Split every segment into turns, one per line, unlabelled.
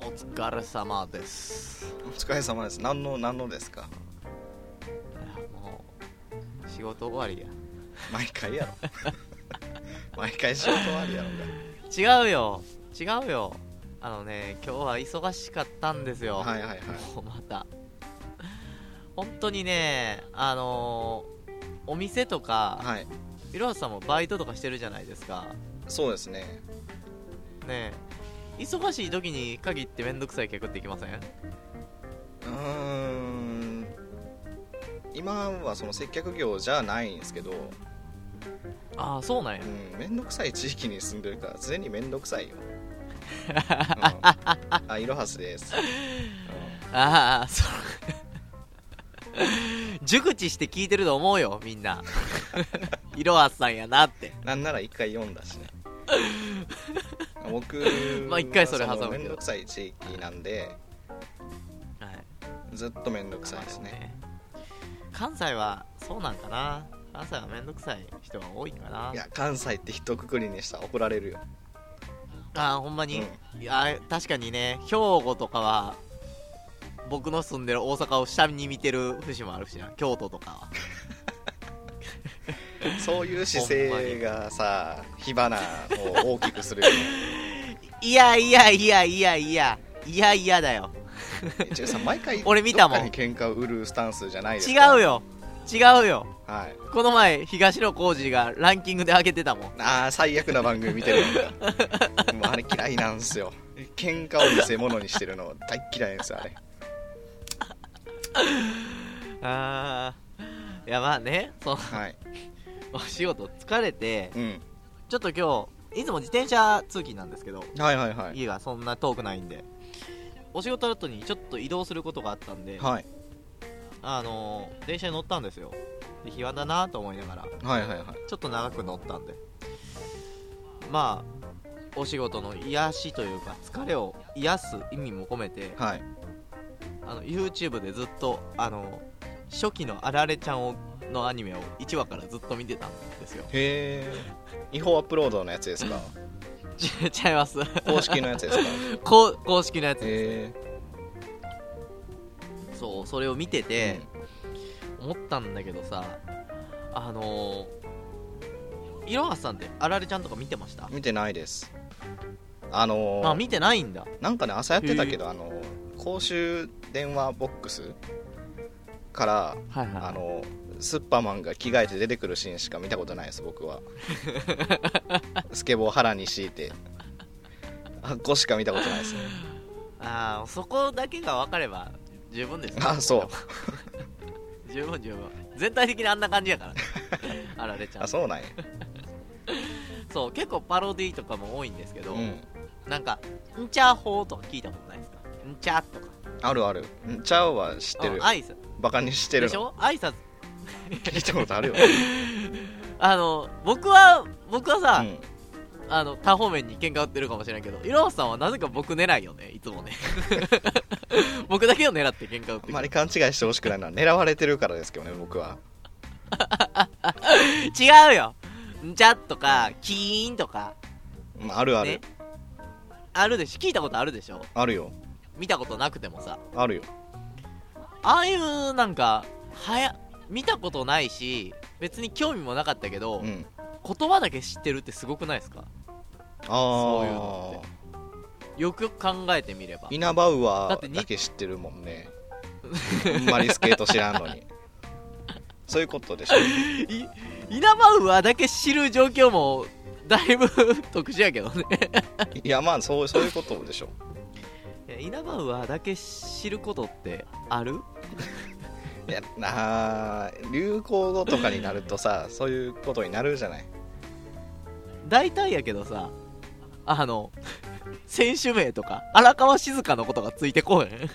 疲れ様です
お疲れ様です何の何のですか
いやもう仕事終わり
毎回やろ 毎回仕事終わりやろ
や違うよ違うよあのね今日は忙しかったんですよ、
がはいはいはい
もうまた本当にねあのーお店とか
はい
いろはさんもバイトとかしてるじゃないですか
そうですね
ねえ忙しい時に限ってめんどくさい客っていきません
うーん今はその接客業じゃないんですけど、う
ああそうなんや
ん、めんどくさい地域に住んでるから常にめんどくさいよ、うん、あいろはすです、う
ああそう 熟知して聞いてると思うよみん ないろはさんやなって
んなんなら一回読んだし ね僕
まあ一回それ挟むけど
はのめんどくさい地域なんで
はい
ずっとめんどくさいですね
関西はそうなんかな関西はめんどくさい人が多いんかない
や関西って一括りにしたら怒られるよ
あーほんまに、いや確かにね兵庫とかは僕の住んでる大阪を下に見てる節もあるしな京都とかは
そういう姿勢がさ火花を大きくするよ ね
いやいやいやいやいやいやいやだよ
ジェイさん毎回
俺見たもん
どっかに喧嘩を売るスタンスじゃないです
違
か
う
よ、
よ違うよ
はい、
この前東野幸治がランキングで上げてたもん
ああ最悪な番組見てるの がもうあれ嫌いなんですよ喧嘩を見せ物にしてるの大嫌いですあれ
あーいやまあねその
はい
お仕事疲れて
うん
ちょっと今日いつも自転車通勤なんですけど
はいはいはい
家がそんな遠くないんでお仕事後にちょっと移動することがあったんで、
はい
あのー電車に乗ったんですよで暇だなと思いながら
はいはいはい
ちょっと長く乗ったんでまあお仕事の癒しというか疲れを癒す意味も込めて
はい
あの YouTube でずっとあの初期のあられちゃんをのアニメを1話からずっと見てたんですよ
へえ違法アップロードのやつですか
ちゃいます
公式のやつですか
公公式のやつ
へ
そうそれを見てて
え、
思ったんだけどさあのー、いろはさんってあられちゃんとか見てました
見てないですあのー
あ見てないんだ
なんかね朝やってたけどあの公衆電話ボックスから
はいはい
あのスッパーマンが着替えて出てくるシーンしか見たことないです 僕はスケボーを腹に敷いてあっこしか見たことないですね
あーそこだけが分かれば十分ですよ
あそう
十分十分全体的にあんな感じやから ねあられちゃん
あそうなんや
そう結構パロディとかも多いんですけ
う
ど、
ん
なんか「んちゃーほー」とか聞いたことないですか「んちゃ」とか
あるあるんちゃうは知ってる
うん
よ
挨拶
バカにして
で
る
し
の
ょ挨拶
聞いたこと あるよ、
あの僕は僕は
う
さ、
ん
あの他方面に喧嘩売ってるかもしれないけどいろはさんはなぜか僕狙いよねいつも ね僕だけを狙って喧嘩売って
あん
く
ま
る
り勘違いしてほしくないのは狙われてるからですけどね僕は
違うよんちゃとかキーンとか
うんあるある、
ねあるでし聞いたことあるでしょ
あるよ
見たことなくてもさ
あるよ
ああいうなんかはや見たことないし別に興味もなかったけど、
うん
言葉だけ知ってるってすごくないですか
ああ
そういうのよくよく考えてみれば
イナバウ
だ
ア
って
ー
に
だけ知ってるもんねあんまりスケート知らんの にそういうことでしょ
い稲葉ウアだけ知る状況もだいぶ特殊やけどね
いやまあそうそういうことでしょ
いや稲葉ウアだけ知ることってある
いやなあ流行語とかになるとさそういうことになるじゃない
大体やけどさあの選手名とか荒川静香のことがついてこへ ん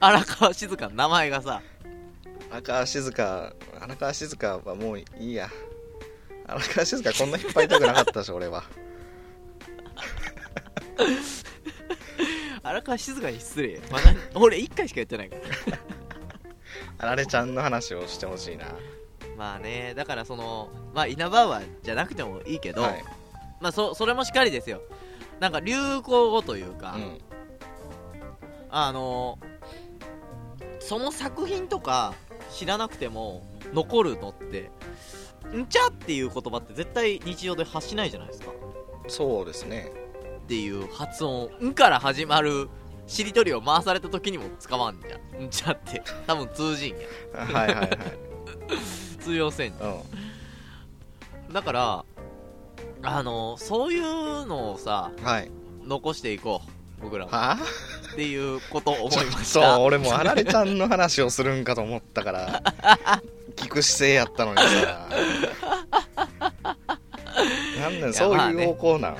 荒川静香の名前がさ
荒川静香荒川静香はもういいや荒川静香こんな引っ張りたくなか ったでしょ俺は
荒川静香に失礼、まあな俺1回しかやってないから
あられちゃんの話をしてほしいな
まあねだからそのまあ稲葉はじゃなくてもいいけど、
はい
まあそそれもしっかりですよなんか流行語というか、
うん
あのその作品とか知らなくても残るのってんちゃっていう言葉って絶対日常で発しないじゃないですか
そうですね
っていう発音「ん」から始まるしりとりを回された時にも使わんじゃんんちゃって多分通じんや
はいはいはい、
通用せんじ
う
ゃんだからあのそういうのをさ
ん、 はい
残していこう僕らも
はあ
っていうことを思いまし
そ
た
う俺もあられちゃんの話をするんかと思ったから 聞く姿勢やったのにさなんなんそう
まあ
い
ね
う方向なん、
い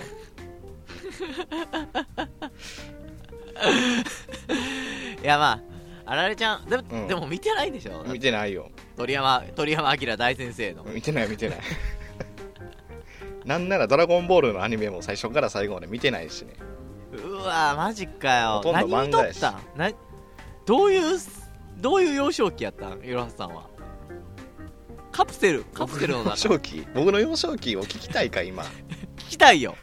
やまああられちゃんでも,、
うん
でも見てないでしょ
見てないよ
鳥山鳥山明大先生の
見てない見てない なんなら「ドラゴンボール」のアニメも最初から最後まで見てないしね
うわマジかよ
ほとんど漫
何
画
撮
や
っ
した
んなどういうどういう幼少期やったんいろはさんはカプセルカプセルの
幼
中聞
少期僕の幼少期を聞きたいか今
きたいよ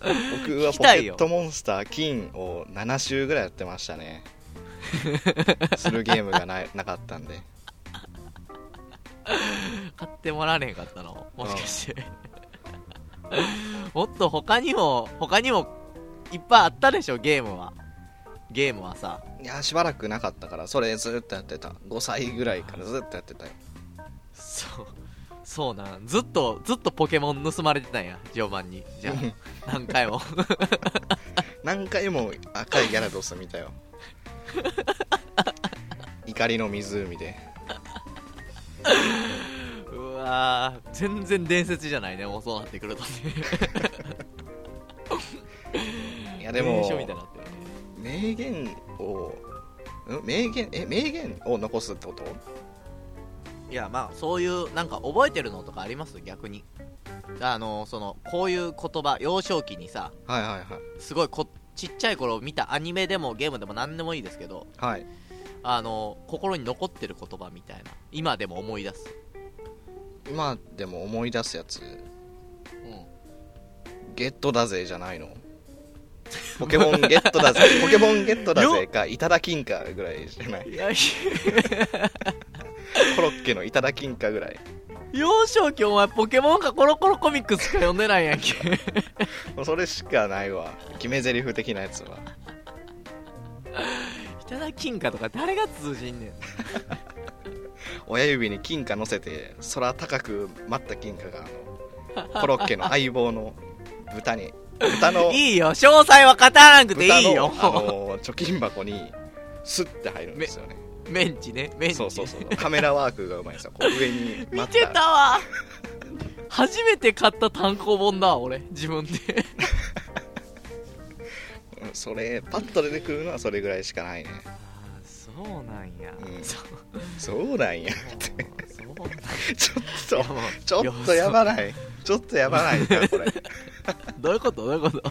僕は
聞き
ポケ
たいよ
ットモンスター金を7周ぐらいやってましたねするゲームがないなかったんで
買ってもらわれへんかったのもしかして もっと他にも他にもいっぱいあったでしょゲームはゲームはさ
いやしばらくなかったからそれずっとやってた5歳ぐらいからずっとやってたよ
そうそうなんずっとずっとポケモン盗まれてたんや序盤にじゃ
うん
あ何回 も
何回も赤いギャラドス見 たよ怒りの湖で
うわー全然伝説じゃないねもうそうなってくるとね
いやでも
名所みたいになってるね
名言をん名言え名言を残すってこと
いやまあそういうなんか覚えてるのとかあります逆にあのそのこういう言葉幼少期にさ
はいはい
すごいこちっちゃい頃見たアニメでもゲームでも何でもいいですけど
はいはい
あの心に残ってる言葉みたいな今でも思い出す、
今でも思い出すやつ
うん、
ゲットだぜじゃないのポケモンゲットだ ぜポケモンゲットだぜかいただきんかぐらいじゃない
いや
コロッケのいただきんかぐらい
幼少期お前ポケモンかコロコロコミックスしか読んでない やんけ
もうそれしかないわ決め台詞的なやつはい
ただきんかとか誰が通じんねん
親指に金貨乗せて空高く待った金貨があ のコロッケの相棒の豚に豚の
いいよ詳細は語らなくて
豚
い
の
いよ
あの貯金箱にスッて入るんですよね
メンチねメンチ
そうそうそうカメラワークがうまいんですよこう上に
見
待
て
った
たわ初めて買った単行本だ俺自分で
うんそれパッと出てくるのはそれぐらいしかないね
ああそうなんや、
うん
そう
そうなんや
そう
ちょっ
い
と
やもう
ちょっとやばないちょっとやばないかこれ
どういうことどういうこと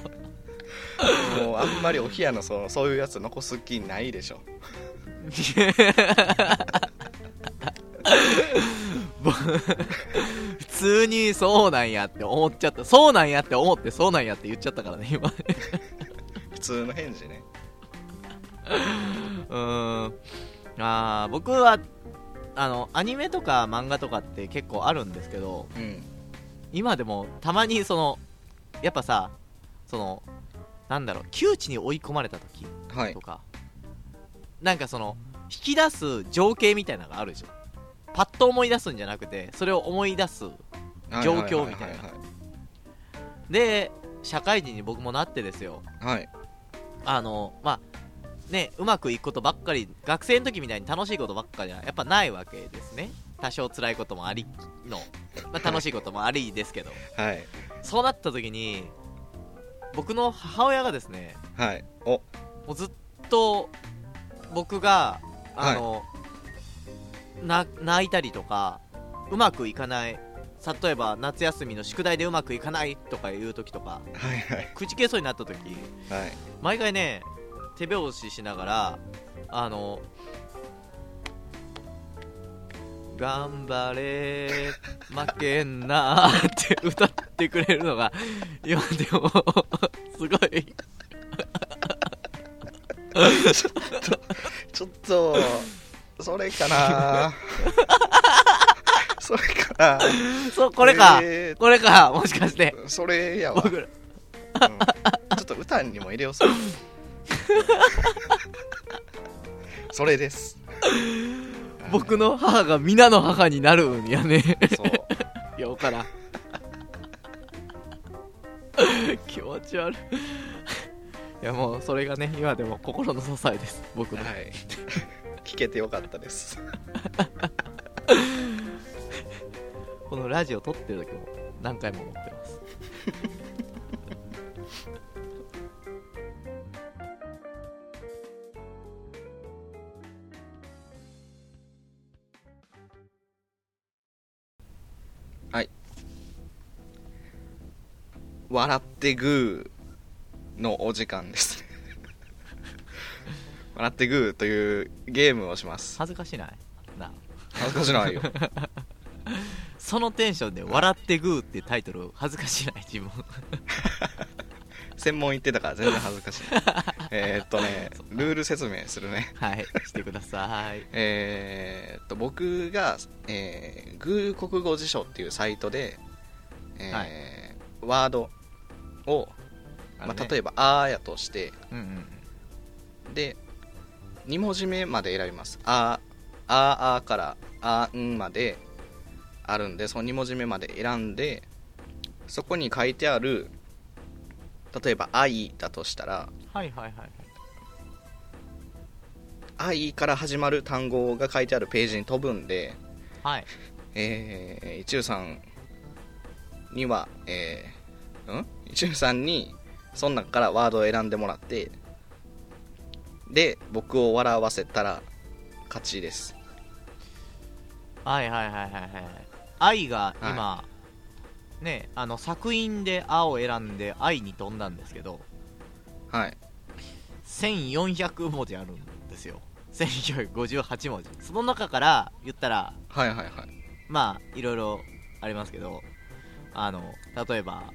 もうあんまりお冷やのそのそういうやつ残す気ないでしょ
ぼ 普通にそうなんやって思っちゃったそうなんやって思ってそうなんやって言っちゃったからね今
普通の返事ね
うーんあー僕はあのアニメとか漫画とかって結構あるんですけど
うん
今でもたまにそのやっぱさそのなんだろう窮地に追い込まれた時
はい
とか、なんかその引き出す情景みたいなのがあるでしょパッと思い出すんじゃなくてそれを思い出す状況みたいなで社会人に僕もなってですよ
なはい
あのまあねうまくいくことばっかり学生の時みたいに楽しいことばっかりはやっぱないわけですね多少辛いこともありの、まあ、楽しいこともありですけど
はい
そうなった時に僕の母親がですね
はいお
もうずっと僕があの、な泣いたりとかうまくいかない例えば夏休みの宿題でうまくいかないとかいう時とか
はいはい
くじけそうになった時
はい
毎回ね手拍子しながらあの頑張れ 負けんなーって歌ってくれるのが今でもすごい
ちょっとそれかなそれかな
そうこれか、
え
これかもしかして
ーそれやわ、うん
僕ら
ちょっと歌にも入れようそれそれです
僕の母が皆の母になるんやね
そう
ようからん 気持ち悪いいやもうそれがね今でも心の支えです僕の
はい聞けてよかったです
このラジオ撮ってる時も何回も思ってます
笑ってグーのお時間です 笑ってグーというゲームをします
恥ずかしないなあ
恥ずかしないよ
そのテンションで「笑ってグー」っていうタイトル恥ずかしない自分
専門行ってたから全然恥ずかしいえーっとねルール説明するね
はいしてください
えーっと僕が、えー、グー国語辞書っていうサイトで、えー
は
ワードを、まあ、例
え
えば「あ」やとして
ばうんうん
で2文字目まで選びます「あ」「あ」「あ」から「あ」「ん」まであるんでその2文字目まで選んでそこに書いてある例えば「愛」だとしたら
はいはいはい
「愛」から始まる単語が書いてあるページに飛ぶんで
はい
えー、一応さんには、えー、ん一応さんに、そん中からワードを選んでもらって、で、僕を笑わせたら、勝ちです。
はいはいはいはいはい愛が今、ねあの作品で「あ」を選んで「愛」に飛んだんですけど
はい。
1400文字あるんですよ1458文字その中から言ったら
はいはいはい。
まあいろいろありますけどあの例えば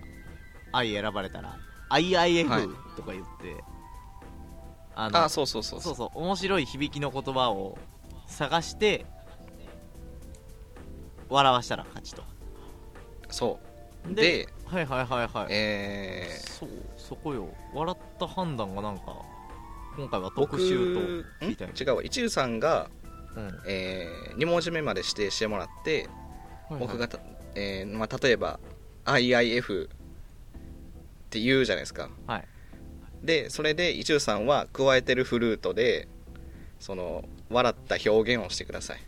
愛選ばれたら
はい
IIF とか言って、あの
あ、そうそうそう
そ
そう
うそう面白い響きの言葉を探して笑わしたら勝ちと
そう。で、
はいはいはいはい
えー、
そうそこよ笑った判断がなんか今回は
僕
特集とみたい
ん違うわ。一応さんが、
な、うんはい
えー、2文字目まで指定してもらって、
はい
僕がた、えーまあ、例えば IIF って言うじゃないですか、
はい
でそれで一応さんは加えてるフルートでその笑った表現をしてください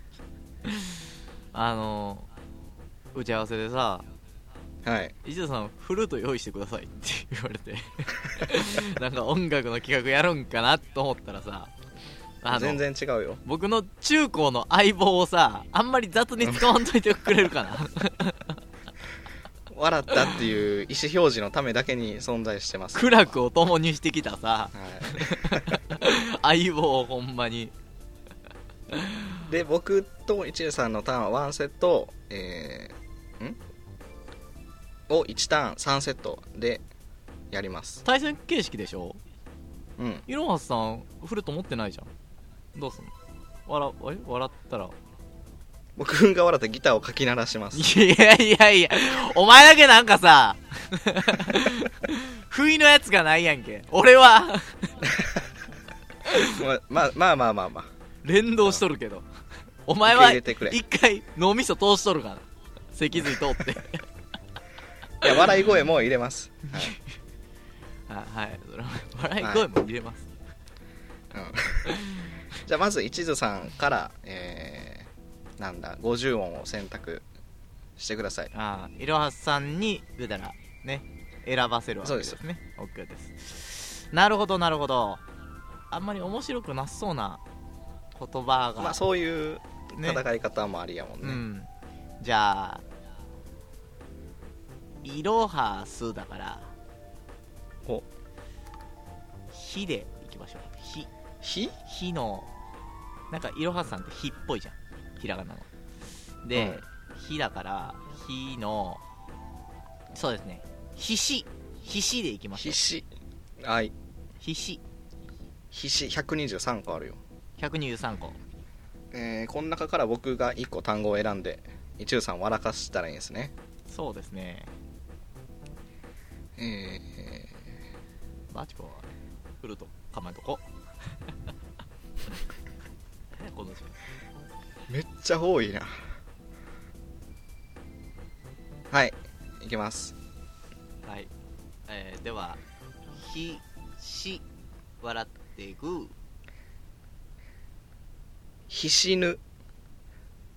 あの打ち合わせでさ
はい
「伊田さんフルート用意してください」って言われ てなんか音楽の企画やるんかなと思ったらさあの
全然違うよ
僕の中高の相棒をさあんまり雑に使わんといてくれる かな
笑ったっていう意思表示のためだけに存在してます
苦楽を共にしてきたさ
はい、
相棒をほんまに
で僕と一応さんのターンは1セットえー、んを1ターン3セットでやります
対戦形式でしょ
うん
いろはさんフルート持ってないじゃんどうすんの笑え笑ったら
僕が笑ったギターをかき鳴らします
いやいやいや、お前だけなんかさ、不意のやつがないやんけ。俺は、
まあまあまあまあまあ
連動しとるけど。お
まあ
前は
受け入、れてくれい
一回、脳みそ通しとるから。脊髄通って。
や笑い声も入れます、はい
あはい、それは笑い声も入れます。
うん、じゃあまず一途さんからえー、なんだ50音を選択してください
あいろはさんに、ぐだら、ね、選ばせるわけですね。オッケーです。なるほど、なるほど。あんまり面白くなさそうな言葉が。
まあそういう
ね
戦い方もありやもん
う
ね
んじゃあイロハスだから
お
火でいきましょう火
火
火のなんかイロハスさんって火っぽいじゃんひらがなので、火だから火のそうですねひしひしでいきましょう
必死はい
ひし
必死123個あるよ
123個
えー、この中から僕が1個単語を選んで一応さん笑かしたらいいんですね
そうですね
え
バチコは振ると構えとこ この字
ー、めっちゃ多いなはいいきます
はい、えー、では「ひし笑っていく
必死ぬ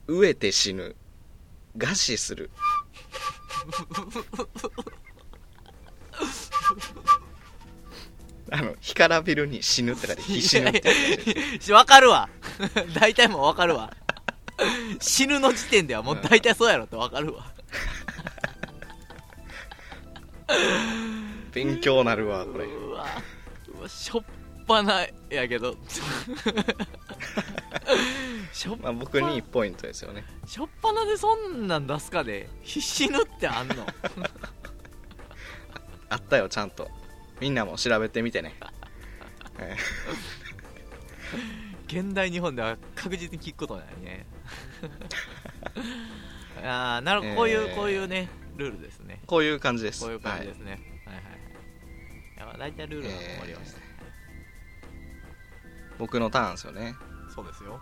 飢えて死ぬ餓死する あの干からびるに死ぬって書いて必死ぬって書いてあ る」
わかるわ 大体もうわかるわ死ぬの時点ではもう大体そうやろってわかるわ
勉強なるわこれ
うわうわしょっぱなやけ どしょっ
まあ僕に1ポイントですよね
しょっぱなでそんなん出すかで必死ぬってあんの
あったよちゃんとみんなも調べてみてね、え
現代日本では確実に聞くことないね ああなるほどこういう、
えー
こういうねルールですね
ーこういう感じです
こういう感じで
は
すね、はい、はいはいはいいや大体ルールは終わりました、
い僕のターンですよね
そうですよ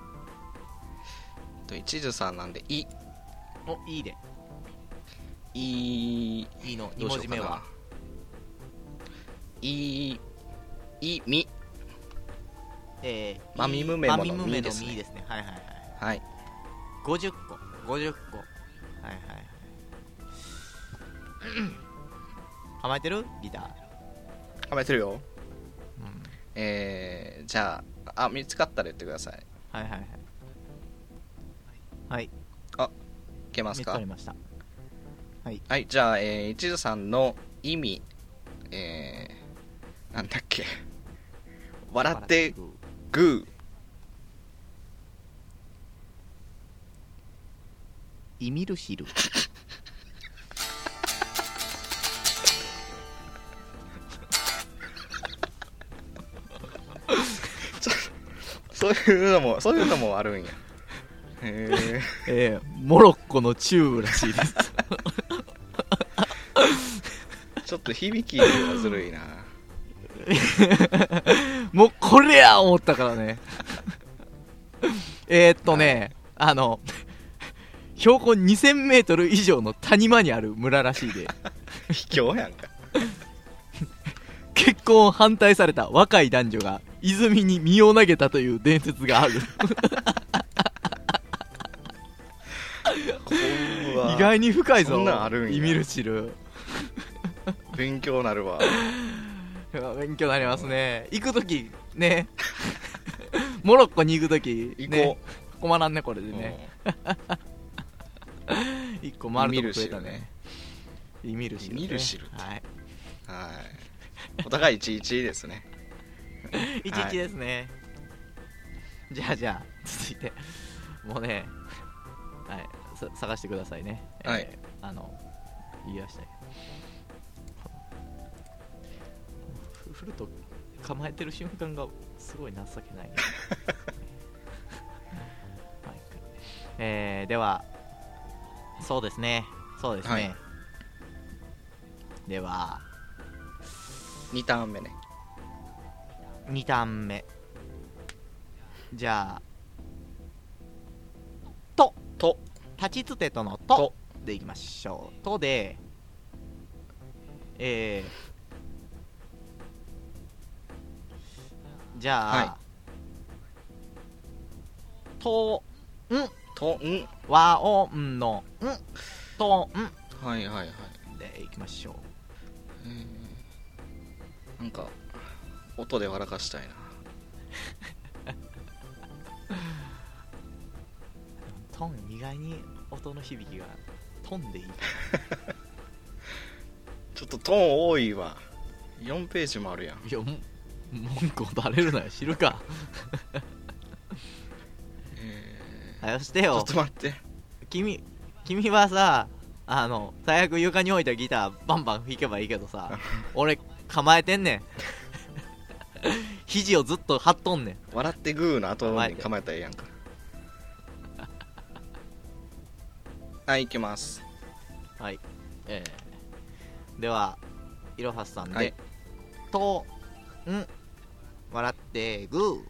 と一途さんなんで「い」
おいいで
「い」
いいの
ど
2
うし
文字目
ようかな
は
イイミ
えー
まみむめもの
まみむめの
みですね
みですねはいはいはい
はい
50個50個はいはい はい構えてるギター、
構えてるよ
うん、
えー、じゃああ見つかったら言ってください
はいはいはいはい
いけます
見つか
か
りました
はいじゃあ、えー、一途さんの意味えー、なんだっけ笑ってグ
イミルシル
ーそういうのもそういうのもあるんやへえ
えー、モロッコの中部らしいです
ー、ちょっと響きがずるいな
もうこれや思ったからね えーっとね、あの標高 2000m 以上の谷間にある村らし いで
卑怯やんか
結婚を反対された若い男女が泉に身を投げたという伝説がある
うわ
意外に深い
そ
ぞ
んなんあるんや
イミルシル
勉強なるわ
いや 勉強になりますね行く時ね モロッコに行く時
行
ね
こ
困らんねこれで
う、
ね、
う
一個丸とこ増えた
イミルシル
ね
ね
イミルシル、ね、
イミルシルって
はい
んはいお互い11ですね
一日ですね、じゃあじゃあ続いてもうね、はい、さ探してくださいね、
はい
えーあの言いましたけどふふると構えてる瞬間がすごい情け ない、はいえーではそうですねそうですね、
はい
では
2ターン目ね
2ターン目じゃあ「と」
と
「立ちつてと」の「と
と」
でいきましょう「と」でえー、じゃあ「
は
と」「ん」
とん
「和音の「ん」「と」「ん
はいはいはい、」
でいきましょう
えーなんか音で笑かしたいな
「とん」意外に音の響きが「とん」でいい
ちょっとトーン多いわ4ページもあるやん
いやも文句を垂れるなよ知るか
え
はよして
ーちょ
よ
っと待って
君君はさあ の最悪床に置いたギターバンバン弾けばいいけどさ俺構えてんねん肘をずっと張っとんねん
笑ってグーの後に構えたらええやんかはい行きます
はい、えーではいろはすさんで、
はい
とん笑ってグー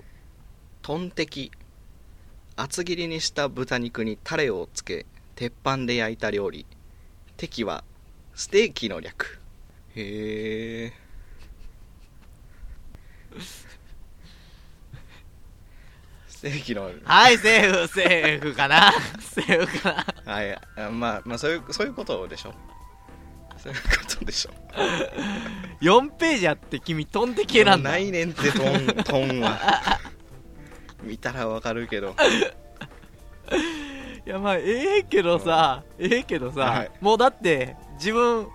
トンテキ厚切りにした豚肉にタレをつけ鉄板で焼いた料理テキはステーキの略へえステーキの
はいセーフセーフか なセーフかな
はいあまあまあそういうそういうことでしょそういうことでしょ
4ページあって君飛んでき選んだ
ないねんってトント ンは見たらわかるけど
いやまあええけどさ、ええけどさ、
はい
もうだって自分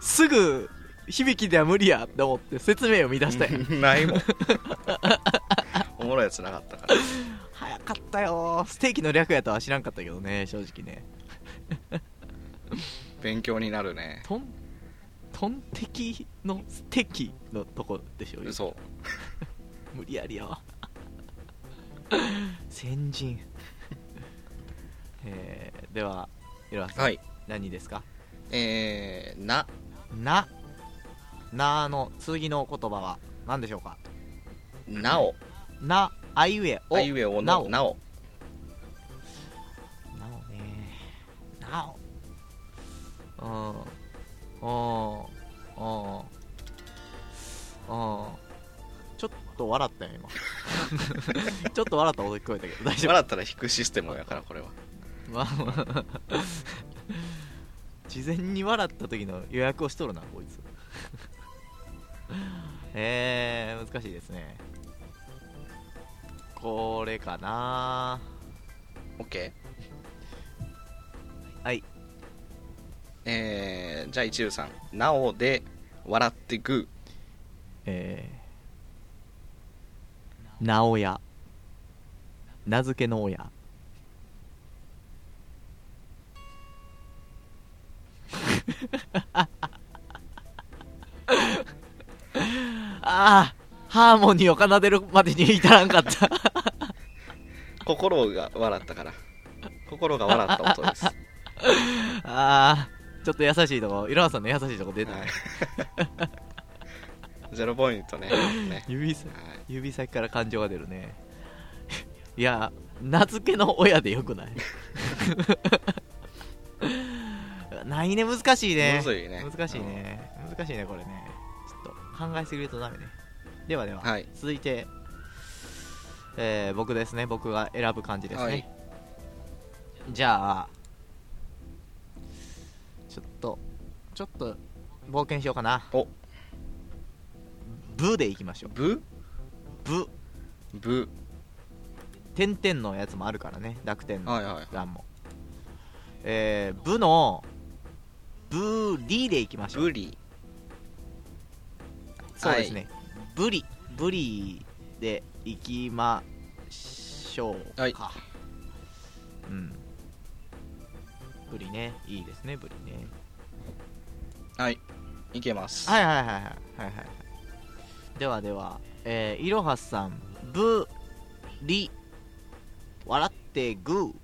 すぐ響きでは無理やって思って説明を見出したよ
ないもんおもろいやつなかったから
早かったよステーキの略やとは知らんかったけどね正直ね
勉強になるね
トントンテキのステーキのとこでしょ
そ
無理やりやわ先人えー、ではいろは
う
さん
はい
何ですか
えー、な
ななの次の言葉は何でしょうか
なお
なあいうえお
あいうえお
な
の
お
なお
なおねなおうんうんうんうんちょっと笑ったよ今 ちょっと笑った音聞こえたけど大丈夫
笑ったら引くシステムやからこれは
まあまあ事前に笑った時の予約をしとるなこいつ えー、難しいですねこれかな
OK
はい
えー、じゃあ一流さんなおで笑ってグ
えー、なおや名付けの親 ああハーモニーを奏でるまでに至らんかった
ー心が笑ったから心が笑った音です、は
ああちょっと優しいとこいろはさんの優しいとこ出た、
い、 ゼロポイントねね、
指さ
はい
指先から感情が出るね いや名付けの親でよくない ないね難しいね
むずいね
難しいね難しいねこれねちょっと考えすぎるとダメねではでは、
はい
続いて、えー僕ですね僕が選ぶ感じですね、
はい
じゃあちょっとちょっと冒険しようかな
お
ブでいきましょう
ぶ
ブ
ぶ
点々のやつもあるからね楽天の
はいはい
欄も、えー、部のブリでいきましょう
ぶり
そうですね、ブリブリでいきましょうか、
はい
うんブリねいいですねブリね
はいいけます
はいはいはいはいはいはいではではえー、いろはさんブリ笑ってグー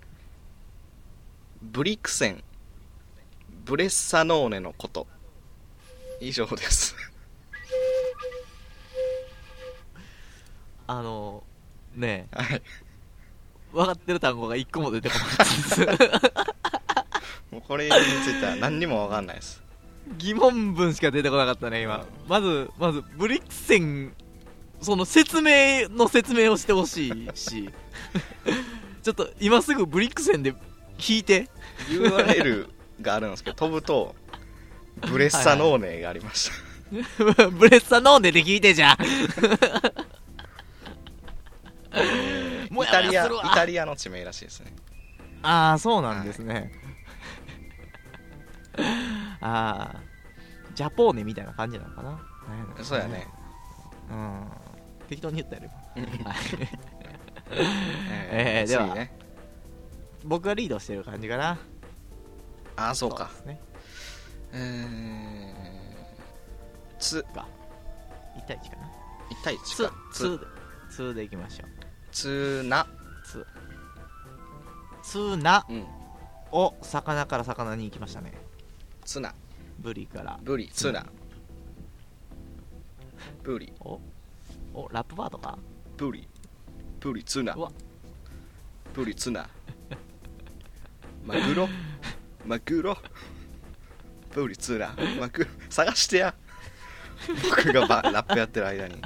ブリクセンブレッサノーネのこと以上です
あのねえ
はい
分かってる単語が1個も出てこないです
もうこれについては何にも分かんないです
疑問文しか出てこなかったね今まずまずブリックセンその説明の説明をしてほしい しちょっと今すぐブリックセンで引いて
URL があるんですけど飛ぶとブレッサノーネがありました
ブレッサ飲んでて聞いてじゃんも
イ
や
タ
も
リ
や
ア
す
イ
るわ
タリアの地名らしいですね
ああそうなんですね、ああジャポーネみたいな感じなのかななんろ
そうやね、
うん適当に言ったよ今はいえー
ー
では
次ね
僕がリードしてる感じかな
ああそうか
ですね
えーつ
1対1かな
1対1
つ
か「つ
つ」つでいきましょう
「つな
つつな」
うん
を魚から魚に行きましたね
「つな」
ブリから
「ぶり」「つな」「ぶり」
おおラップバーとか
「ぶり」「ぶり」「つな」
うわ
「ぶり」「つな」「マグロ」「マグロ」「ぶり」「つな」「マグロ」探してや僕がばラップやってる間に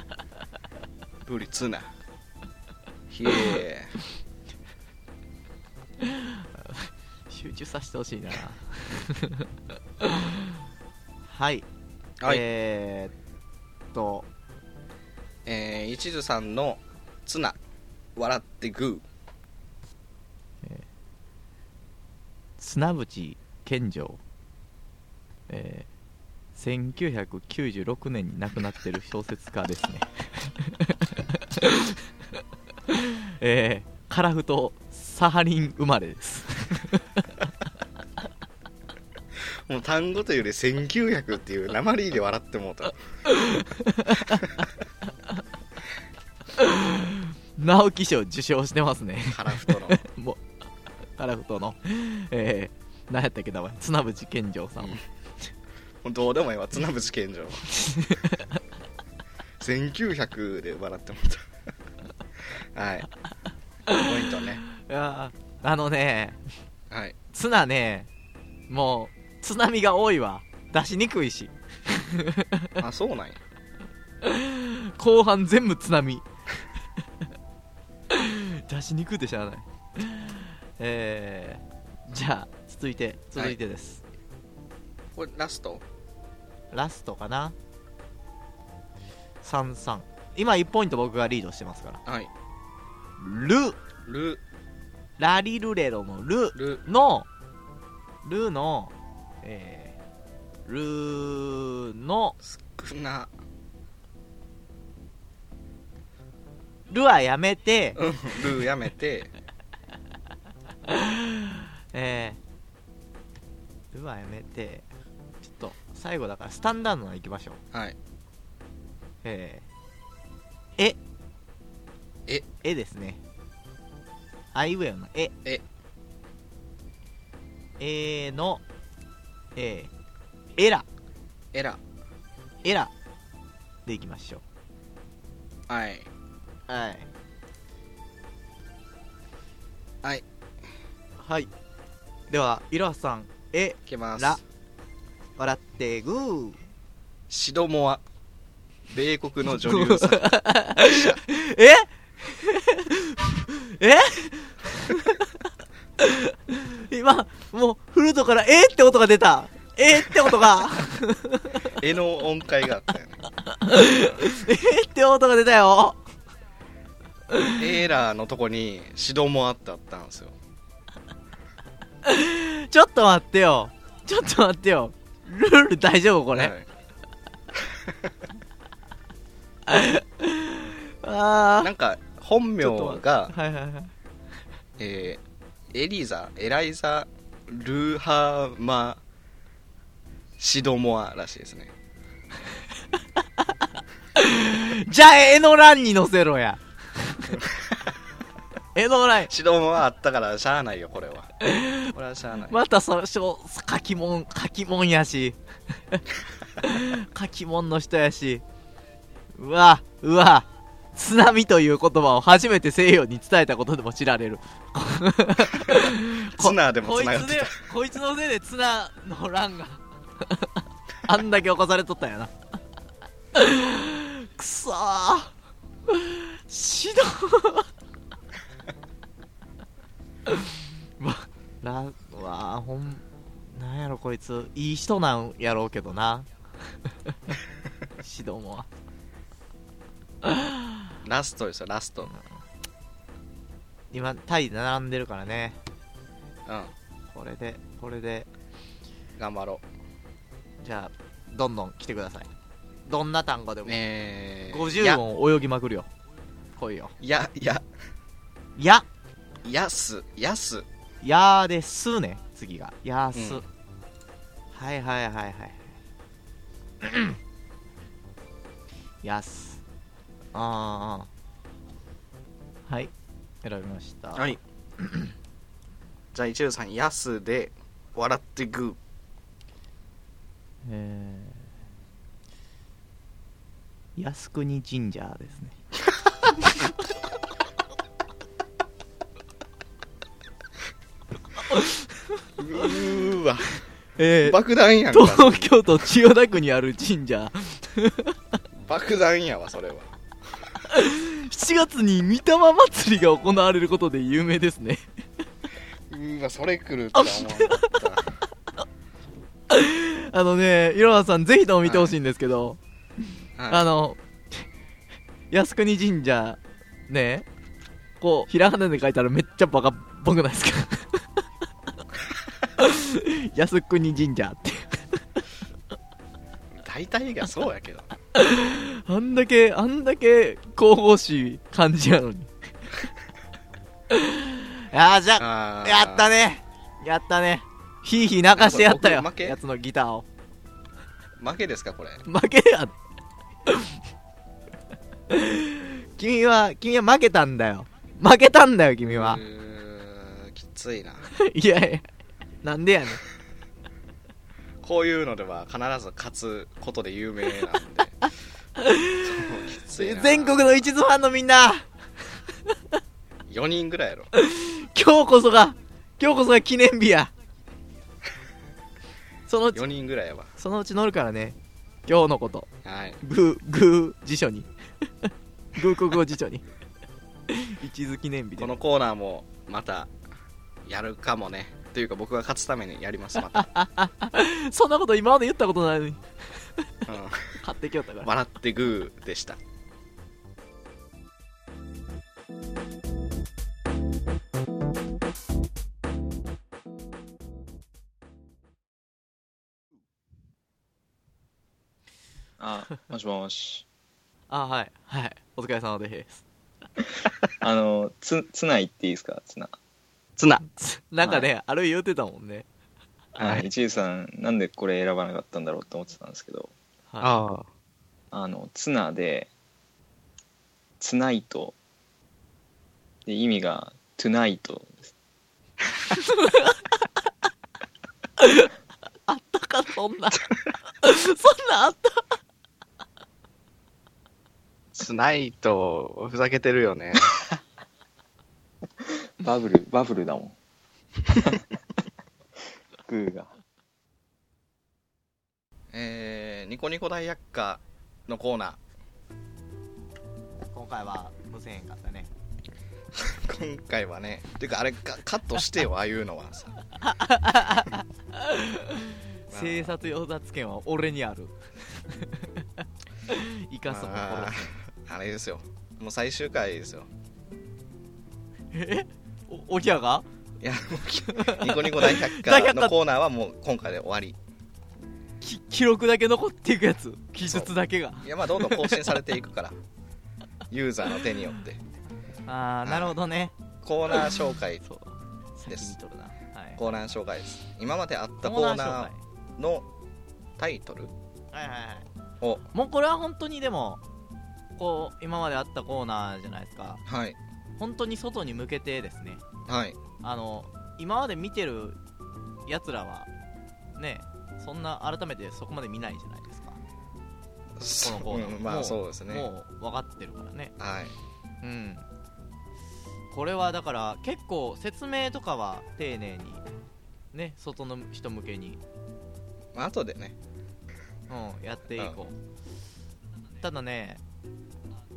「ぶり」「つな」ひえ
集中させてほ しいなはい、
はい
えー、っと
えー、一途さんのツナ笑ってグ
砂淵健丈、えー、1996年に亡くなってる小説家ですね えー、カラフトサハリン生まれです
ーもう単語というより1900っていう鉛で笑ってもうた
直木賞受賞してますね
カラフトの
もうカラフトのえー、何やったっけ名前砂淵健丈さん、
うんもうどうでもいいわ綱渕健 丈1900で笑ってもうたはいポイントね
いやーあのね
はい
ツナねもう津波が多いわ出しにくいし
あそうなんや
後半全部津波 出しにくいでしゃあないえー、じゃあ続いて続いてです、
これラスト
ラストかな33今1ポイント僕がリードしてますから
はい
ル
ル
ラリルレロのル
ル
のルのえー、ルの
少な
ルはやめて
うんルやめて
えー、ルはやめてちょっと最後だからスタンダードの行きましょう
はい
えー、え
え
えですねアイウェイのえ
え
えーのえー、エラ
エラ
エラでいきましょ
はいう
はい
はい
はいではいろはさんえ
いきます
ラ笑ってグー
シドモア米国の女優さん
え え 今もうフルートから「えっ?」て音が出た「えっ?」て音が
絵の音階があったよね
「えっ?」て音が出たよ
エーラーのとこにシドモアってあったんですよ
ちょっと待ってよちょっと待ってよルール大丈夫これ、
はい
あ
なんか本名
ちょっと待って
が
あ、はいはいはい
えーエリザエライザ・ルーハーマシドモアらしいですね
じゃあ絵の欄に載せろ や絵の欄
シドモアあったからしゃあないよこれはこれはしゃあない、
またそしょ書きもん書きもんやし書きもんの人やしうわうわ津波という言葉を初めて西洋に伝えたことでも知られるこ
ツナでもつながって
こ
た
いつでこいつのせいでツナの乱が あんだけ起こされとったんやな くそーしど わらわあほんなんやろこいついい人なんやろうけどな シドもは
ラストですよラスト
今タイで並んでるからね
うん
これでこれで
頑張ろ
じゃあどんどん来てくださいどんな単語で
う
も、
えー、
50音泳ぎまくるよ来いよ
やや
や
ややすやす
やーですね次がやーす、
うん
はいはいは いはいやすああはい選びました
はい じゃあ一郎さん「やす」で「笑ってグ
えー、靖国神社ですね
ー」うーわ
えー、
爆弾やんか
東京都千代田区にある神社
爆弾やわそれは
7月に御霊祭りが行われることで有名ですね
うーわそれ来るとは思わなかっ
あのねいろはさんぜひとも見てほしいんですけど、
た、
あ
はい
の靖国神社ねこうひらがなで書いたらめっちゃバカっぽくないですか 靖国神社って
大体がそうやけど
あんだけあんだけ神々しい感じやのに ああじゃあ
あー
やったねやったねひいひい泣かしてやったよ
僕負け
やつのギターを
負けですかこれ
負けやで君は君は負けたんだよ負けたんだよ君は
う、ーんきついない
やいやなんでやねん
こういうのでは必ず勝つことで有名なんでそうきついな
全国の一途ファンのみんな
4人ぐらいやろ
今日こそが今日こそが記念日やそのうち
4人ぐらいやわ
そのうち乗るからね今日のこと
はい
グーグー辞書に グー国語辞書に一途記念日で
このコーナーもまたやるかもねというか僕が勝つためにやります また、
そんなこと今まで言ったことないのに
う
買ってきよったから
ん、笑ってグーでした
あ、もしもし。
あはいはいお疲れ様です
あの、つ、つないっていいですか、つな。
ツナ
つ なんかね、あれ言うてたもんね
は
はい
い、一流さん、なんでこれ選ばなかったんだろうと思ってたんですけど、
は
あ
あの、ツナで、つないと、で、意味が、トゥナイトです。
いだからそん なそんなんあった
ツナイとふざけてるよね
バブル、バブルだも ん。グーが。
えー、ニコニコ大百科のコーナ
今回は無線かったね
ー今回はねていうかあれカカットして よああいうのはさ
生殺与奪権は俺に ある生かすも
あ
殺す
ーあれですよもう最終回ですよ
もおおきゃが
いやもうニコニコ大百科のコーナーはもう今回で終わり
き記録だけ残っていくやつ記述だけが
いやまあどんどん更新されていくからユーザーの手によって
ああなるほどね
コーナー紹介
そう
で
先
す
に取るなはい
コーナー紹介です今まであった
コ
コー
ーナー
ナ
紹
ーのタイトル
介はいはいはい
を
もうこれは本当にでもこう今まであったコーナーじゃないですか
はい
本当に外に向けてですね
はい
あの今まで見てるやつらはねそんな改めてそこまで見ないじゃないですか
そ
のコーナー
うんま
も
あ
う
そうですね
もう分かってるからね
はい
うんこれはだから結構説明とかは丁寧にね外の人向けに、
まあ後でね
うん、やっていこうただね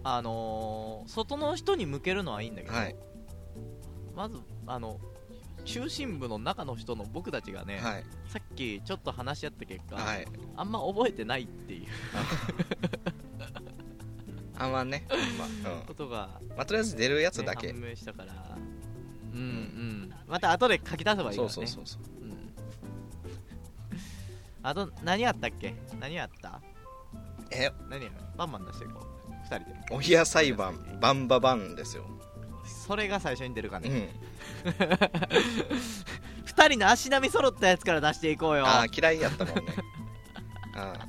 あのー外の人に向けるのはいいんだけど、
はい
まずあの中心部の中の人の僕たちがね、
はい
さっきちょっと話し合った結果、
はい
あんま覚えてないっていう
あんまねまあうん
ことが、ね
まあとりあえず出るやつだけ
判明したからうんうんまた後で書き出せばいいか
そ
らね
うそうそうそう
うんあと何やったっけ何やった
え
何やバンバン出していこう2人で
お部屋裁判バンババンですよ
それが最初に出るか
う
ね、
ん
二2人の足 並み揃ったやつから出していこうよ
ああ嫌いやったもんねああ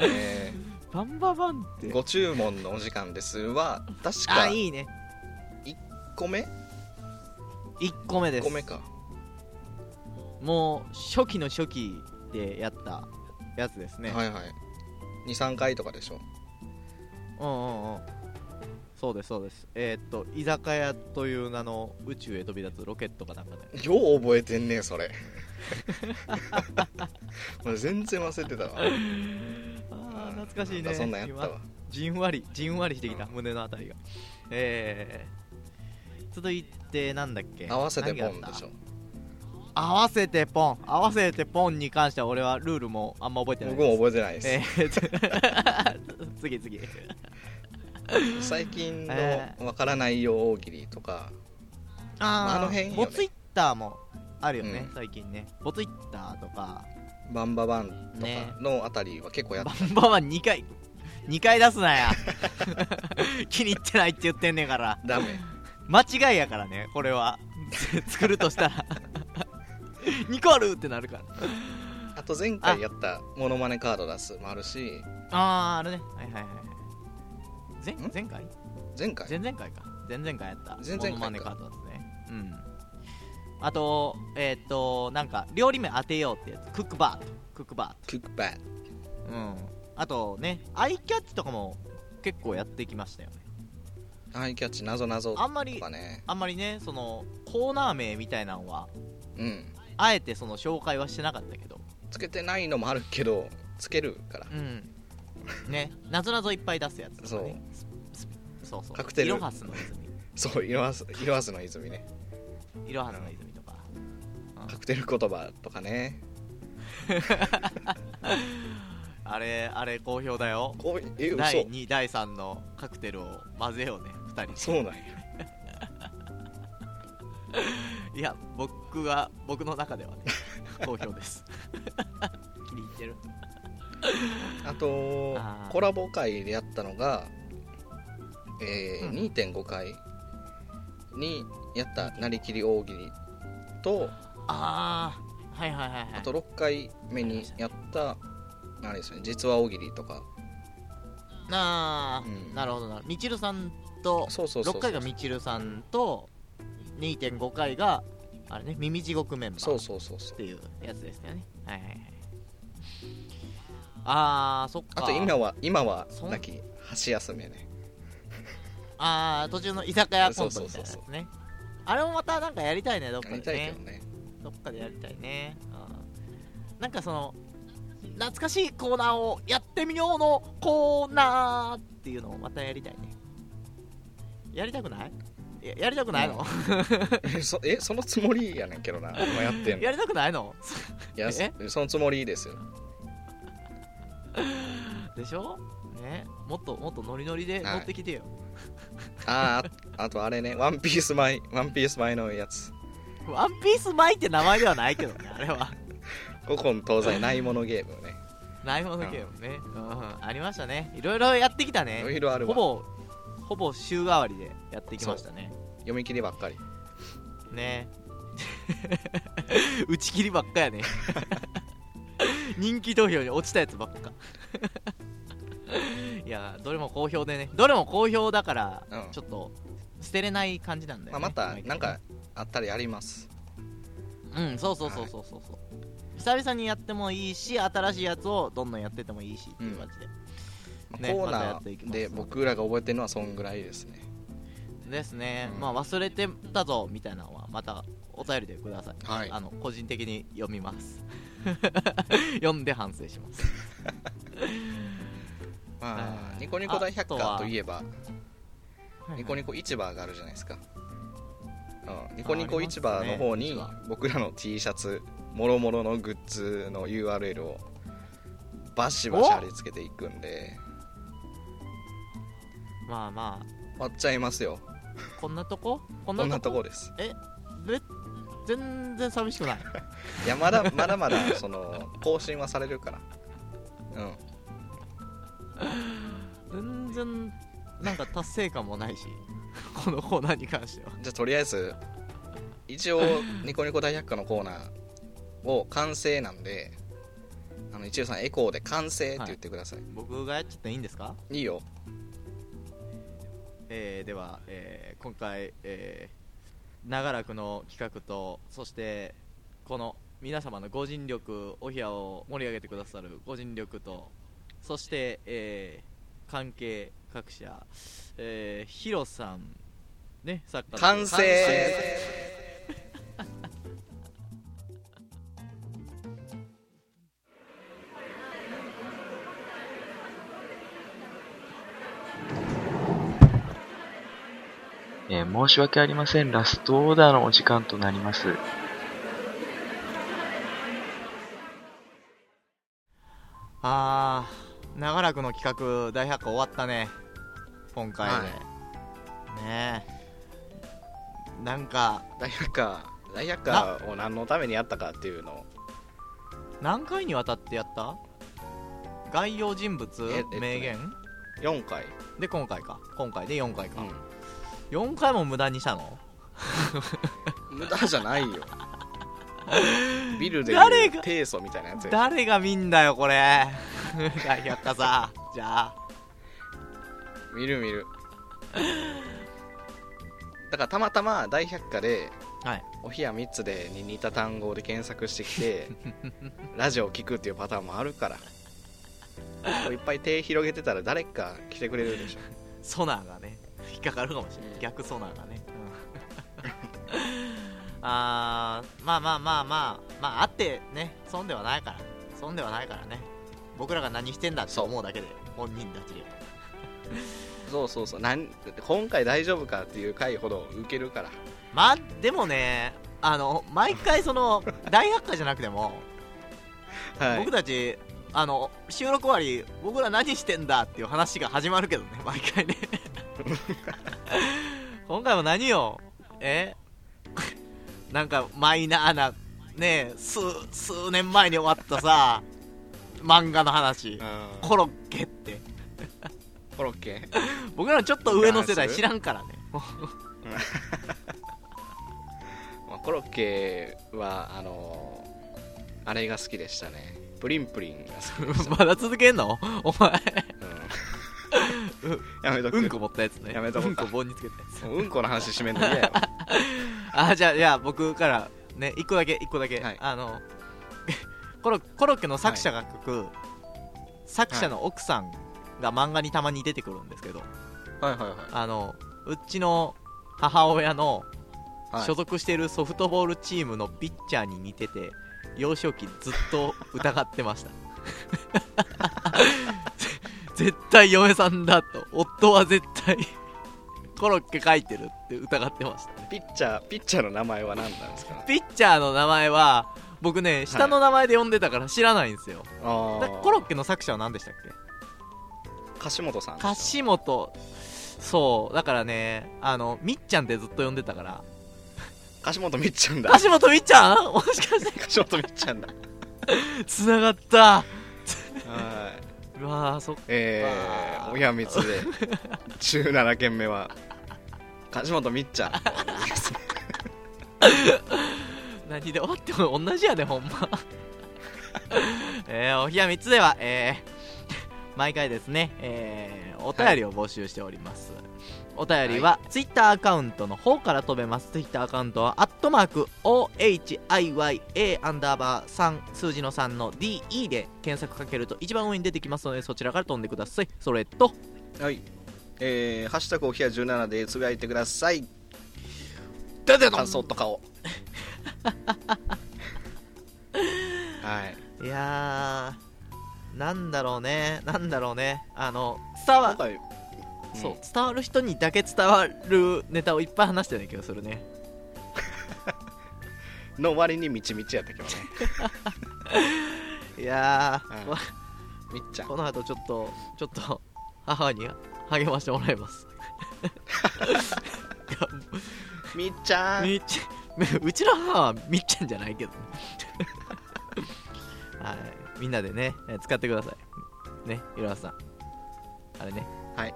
え
バンババンって
ご注文のお時間ですは確か
あ
1
いいね
個目
1個目で
1
す
個目か
もう初期の初期でやったやつですね、
はいはい23回とかでしょ
うんうんうんそうですそうですえーっと居酒屋という名の宇宙へ飛び立つロケットかなんかで
よう覚えてんね それ俺全然忘れてたわ
ああ懐かしい
な
ね
んかそんなんやったわ
今じんわりじんわりしてきた
うん
胸のあたりがえー、続いてなんだっけ
合わせてポンでし
ょ
ょ
合わせてポン合わせてポンに関しては俺はルールもあんま覚えてない
僕も覚えてないです、
えー と次次
最近
え
のわからないよ大喜利とか、
あ
あの辺よね
ボツイッターもあるよね、
うん
最近ねボツイッターとか
バンババンと
ね
かのあたりは結構やっ
バ
て
ンバンは2回2回出すなや気に入ってないって言ってんねんから
ダメ
間違いやからねこれは作るとしたら2個あるってなるから
あと前回やったモノマネカード出すもあるし
あーあれねはいはいはい前
ん
前回
前回
前々回か前々回やった
前々回か
モノマネカードですねうんあとえーっ、となんか料理名当てようってやつクックバートクックバ
クックバット
ートうんあとねアイキャッチとかも結構やってきましたよね
アイキャッチなぞなぞ
あんま
と
り
かね
あんまりねそのコーナー名みたいなのは
うん
あえてその紹介はしてなかったけど
つけてないのもあるけどつけるから
うんねなぞなぞいっぱい出すやつとかねススそうそう
カクテル
イロハスの泉
そう色あす色あすの泉ね
イロハスの泉とか
カクテル言葉とかね
あれあれ好評だよ
こういえ嘘
第2第3のカクテルを混ぜようね2人
そうなんや
いや僕が僕の中ではね好評です 気に入ってる
あと
あー
コラボ会でやったのが、えー
うん
2.5回にやったなりきり大喜利と
ああはいはいはいは
あ
い
と6回目にやったあれですね実は大喜利とか
なあ、
うん
なるほどなみちるさんと
そうそうそうそ
6
う
回がみちるさんと2.5回があれね耳地獄メンバー
そうそうそうそ
っ
う
ていうやつですよねはいはいはいあーそっか
あと今は今は
そん
なき箸休めね
あー途中の居酒屋コントみたいなやつ
そうそうそう
ねあれもまたなんかやりたいねどっか
やり
で
たいけ
ね
どね
どっかでやりたいね、うん、なんかその懐かしいコーナーをやってみようのコーナーっていうのをまたやりたいねやりたくないややりたくないの、
えそえそのつもりやねんけどな今やってん の
やりたくないの
いやそ
え
そのつもりですよ
でしょねもっともっとノリノリで
はい
持ってきてよ、
あーああとあれね「ワンピース前ワンピース前のやつ
ワンピースマイって名前ではないけどねあれは
古今東西ないものゲームね
ないものゲームね、うんありましたねいろいろやってきた
いろ
ね
いろある
ほ
わ
ぼほぼ週替わりでやってきましたね
読み切りばっかり
ね 打ち切りばっかやね 人気投票に落ちたやつばっか いやどれも好評でねどれも好評だから、
うん
ちょっと捨てれない感じなんだよ、
まあ、
ね
また
毎回ね
なんかあったらやります
うんそうそうそうそうそうそう、久々にやってもいいし新しいやつをどんどんやってってもいいしっていう感じで、
まあ
ね
コー
またや
ナ
っていき
ー
ます
で僕らが覚えてるのはそんぐらいですね
ですね、
うん
まあ忘れてたぞみたいなのはまたお便りでください、
はい
あの個人的に読みます 読んで反省します
ま
あ
あ
ー
ニコニコ大
あと
百
は
科といえばニコニコ市場があるじゃないですか、うん、ニコニコ市場の方
あり
に
ますね
僕らの T シャツもろもろのグッズの URL をバシバシ貼り付けていくんで
まあまあ
割っちゃいますよ
こんなとここん
こん
な
な
と
と
こ
こです
で全然寂しくない
いやまだまだまだその更新はされるからうん
全然なんか達成感もないし このコーナーに関しては
じゃあとりあえず 一応ニコニコ大百科のコーナーを完成なんであの一応さんエコーで完成って言ってください、
僕がやっちゃっていいんですか
い、いよ
えーでは、えー今回、えー長らくの企画とそしてこの皆様のご尽力お部屋を盛り上げてくださるご尽力とそして、えー関係各社、えーヒロさんねサッカーの
完成
えー申し訳ありません。ラストオーダーのお時間となります。
あー長らくの企画大発行終わったね今回で、
は
ねえなんか
大百科大百科を何のためにやったかっていうのを
何回にわたってやった概要人物
ええっとね
名言、
4回、
で今回か今回で4回か、
う
4回も無駄にしたの
ん、無駄じゃない よビルでいう
誰が
提訴みたいなやつや
誰が見んだよこれ 大百科さじゃあ
見る見るだからたまたま大百科で
はい
お部屋3つでに似た単語で検索してき てラジオを聞くっていうパターンもあるからこういっぱい手広げてたら誰か来てくれるでしょ
ソナーがね引っかかるかもしれない、
うん
逆ソナーがね、 あーまあまあまあまあまああってね損ではないから損ではないからね僕らが何してんだって思うだけで本人たちで
そうそうそうなん今回大丈夫かっていう回ほど受けるから
まあでもねあの毎回そ の大発火じゃなくても、
はい
僕たちあの収録終わり僕ら何してんだっていう話が始まるけどね毎回 ね今回も何よえなんかマイナーなね数数年前に終わったさ漫画の話
うん
コロッケって
コロッ ケ
僕らのちょっと上の世代知らんからねもう
まあコロッケはあのーあれが好きでしたねプリンプリンが好きで した、
まだ続けんのお前
うんやめとく
うんこ持ったやつね
やめとこ
う
うんか
こ棒につけたやつ
もううんこの話締めんの嫌やわ
あじゃあじゃあ僕からね一個だけ一個だけ、
はい
あの コロコロッケの作者が書く、作者の奥さんが漫画にたまに出てくるんですけど、
はいはいはい
あのうちの母親の
はい
所属してるソフトボールチームのピッチャーに似てて幼少期ずっと疑ってました 絶対嫁さんだと夫は絶対コロッケ書いてるって疑ってました
ピッチャーピッチャーの名前は何なんですか
ピッチャーの名前は僕ね下の名前で呼んでたから知らないんですよ、
あ
だコロッケの作者は何でしたっけ
樫本さん
樫本そうだからねあのみっちゃんってずっと呼んでたから
樫本みっちゃんだ
樫本みっちゃんも しかして
樫本みっちゃんだ
つながった
はい。
うわーそっ
え
あ
ー
ー
親密で17件目は樫本みっちゃん
何で終わっても同じやでほんまえー、お部屋3つではえー毎回ですね、えーお便りを募集しております、お便りは、ツイッターアカウントの方から飛べますツイッターアカウントはアットマーク OHIYA アンダーバー3数字の3の DE で検索かけると一番上に出てきますのでそちらから飛んでくださいそれと
はいえー、ハッシュタグおひや17でつぶやいてください
だで
感想とかを はい
いやーなんだろうねなんだろうねあの伝わ
今回
そう、
ん
伝わる人にだけ伝わるネタをいっぱい話したような気がするね
の割にみちみちやったけどね
いや
う
ー、
ん
わ
みっちゃん
この後ちょっとちょっと母に励ましてもらいます
みっちゃん
みっちうちの母はみっちゃんじゃないけどねはいみんなでねえ使ってくださいねいろはさんあれね
あれ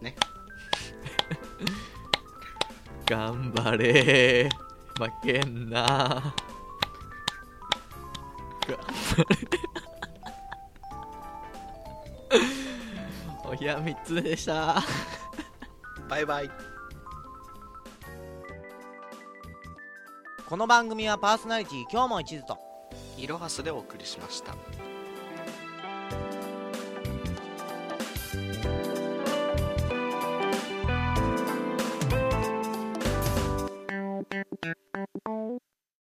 ね
頑張れ負けんな頑張れいや3つ目でした
バイバイ
この番組はパーソナリティ今日も一途と
いろはすでお送りしました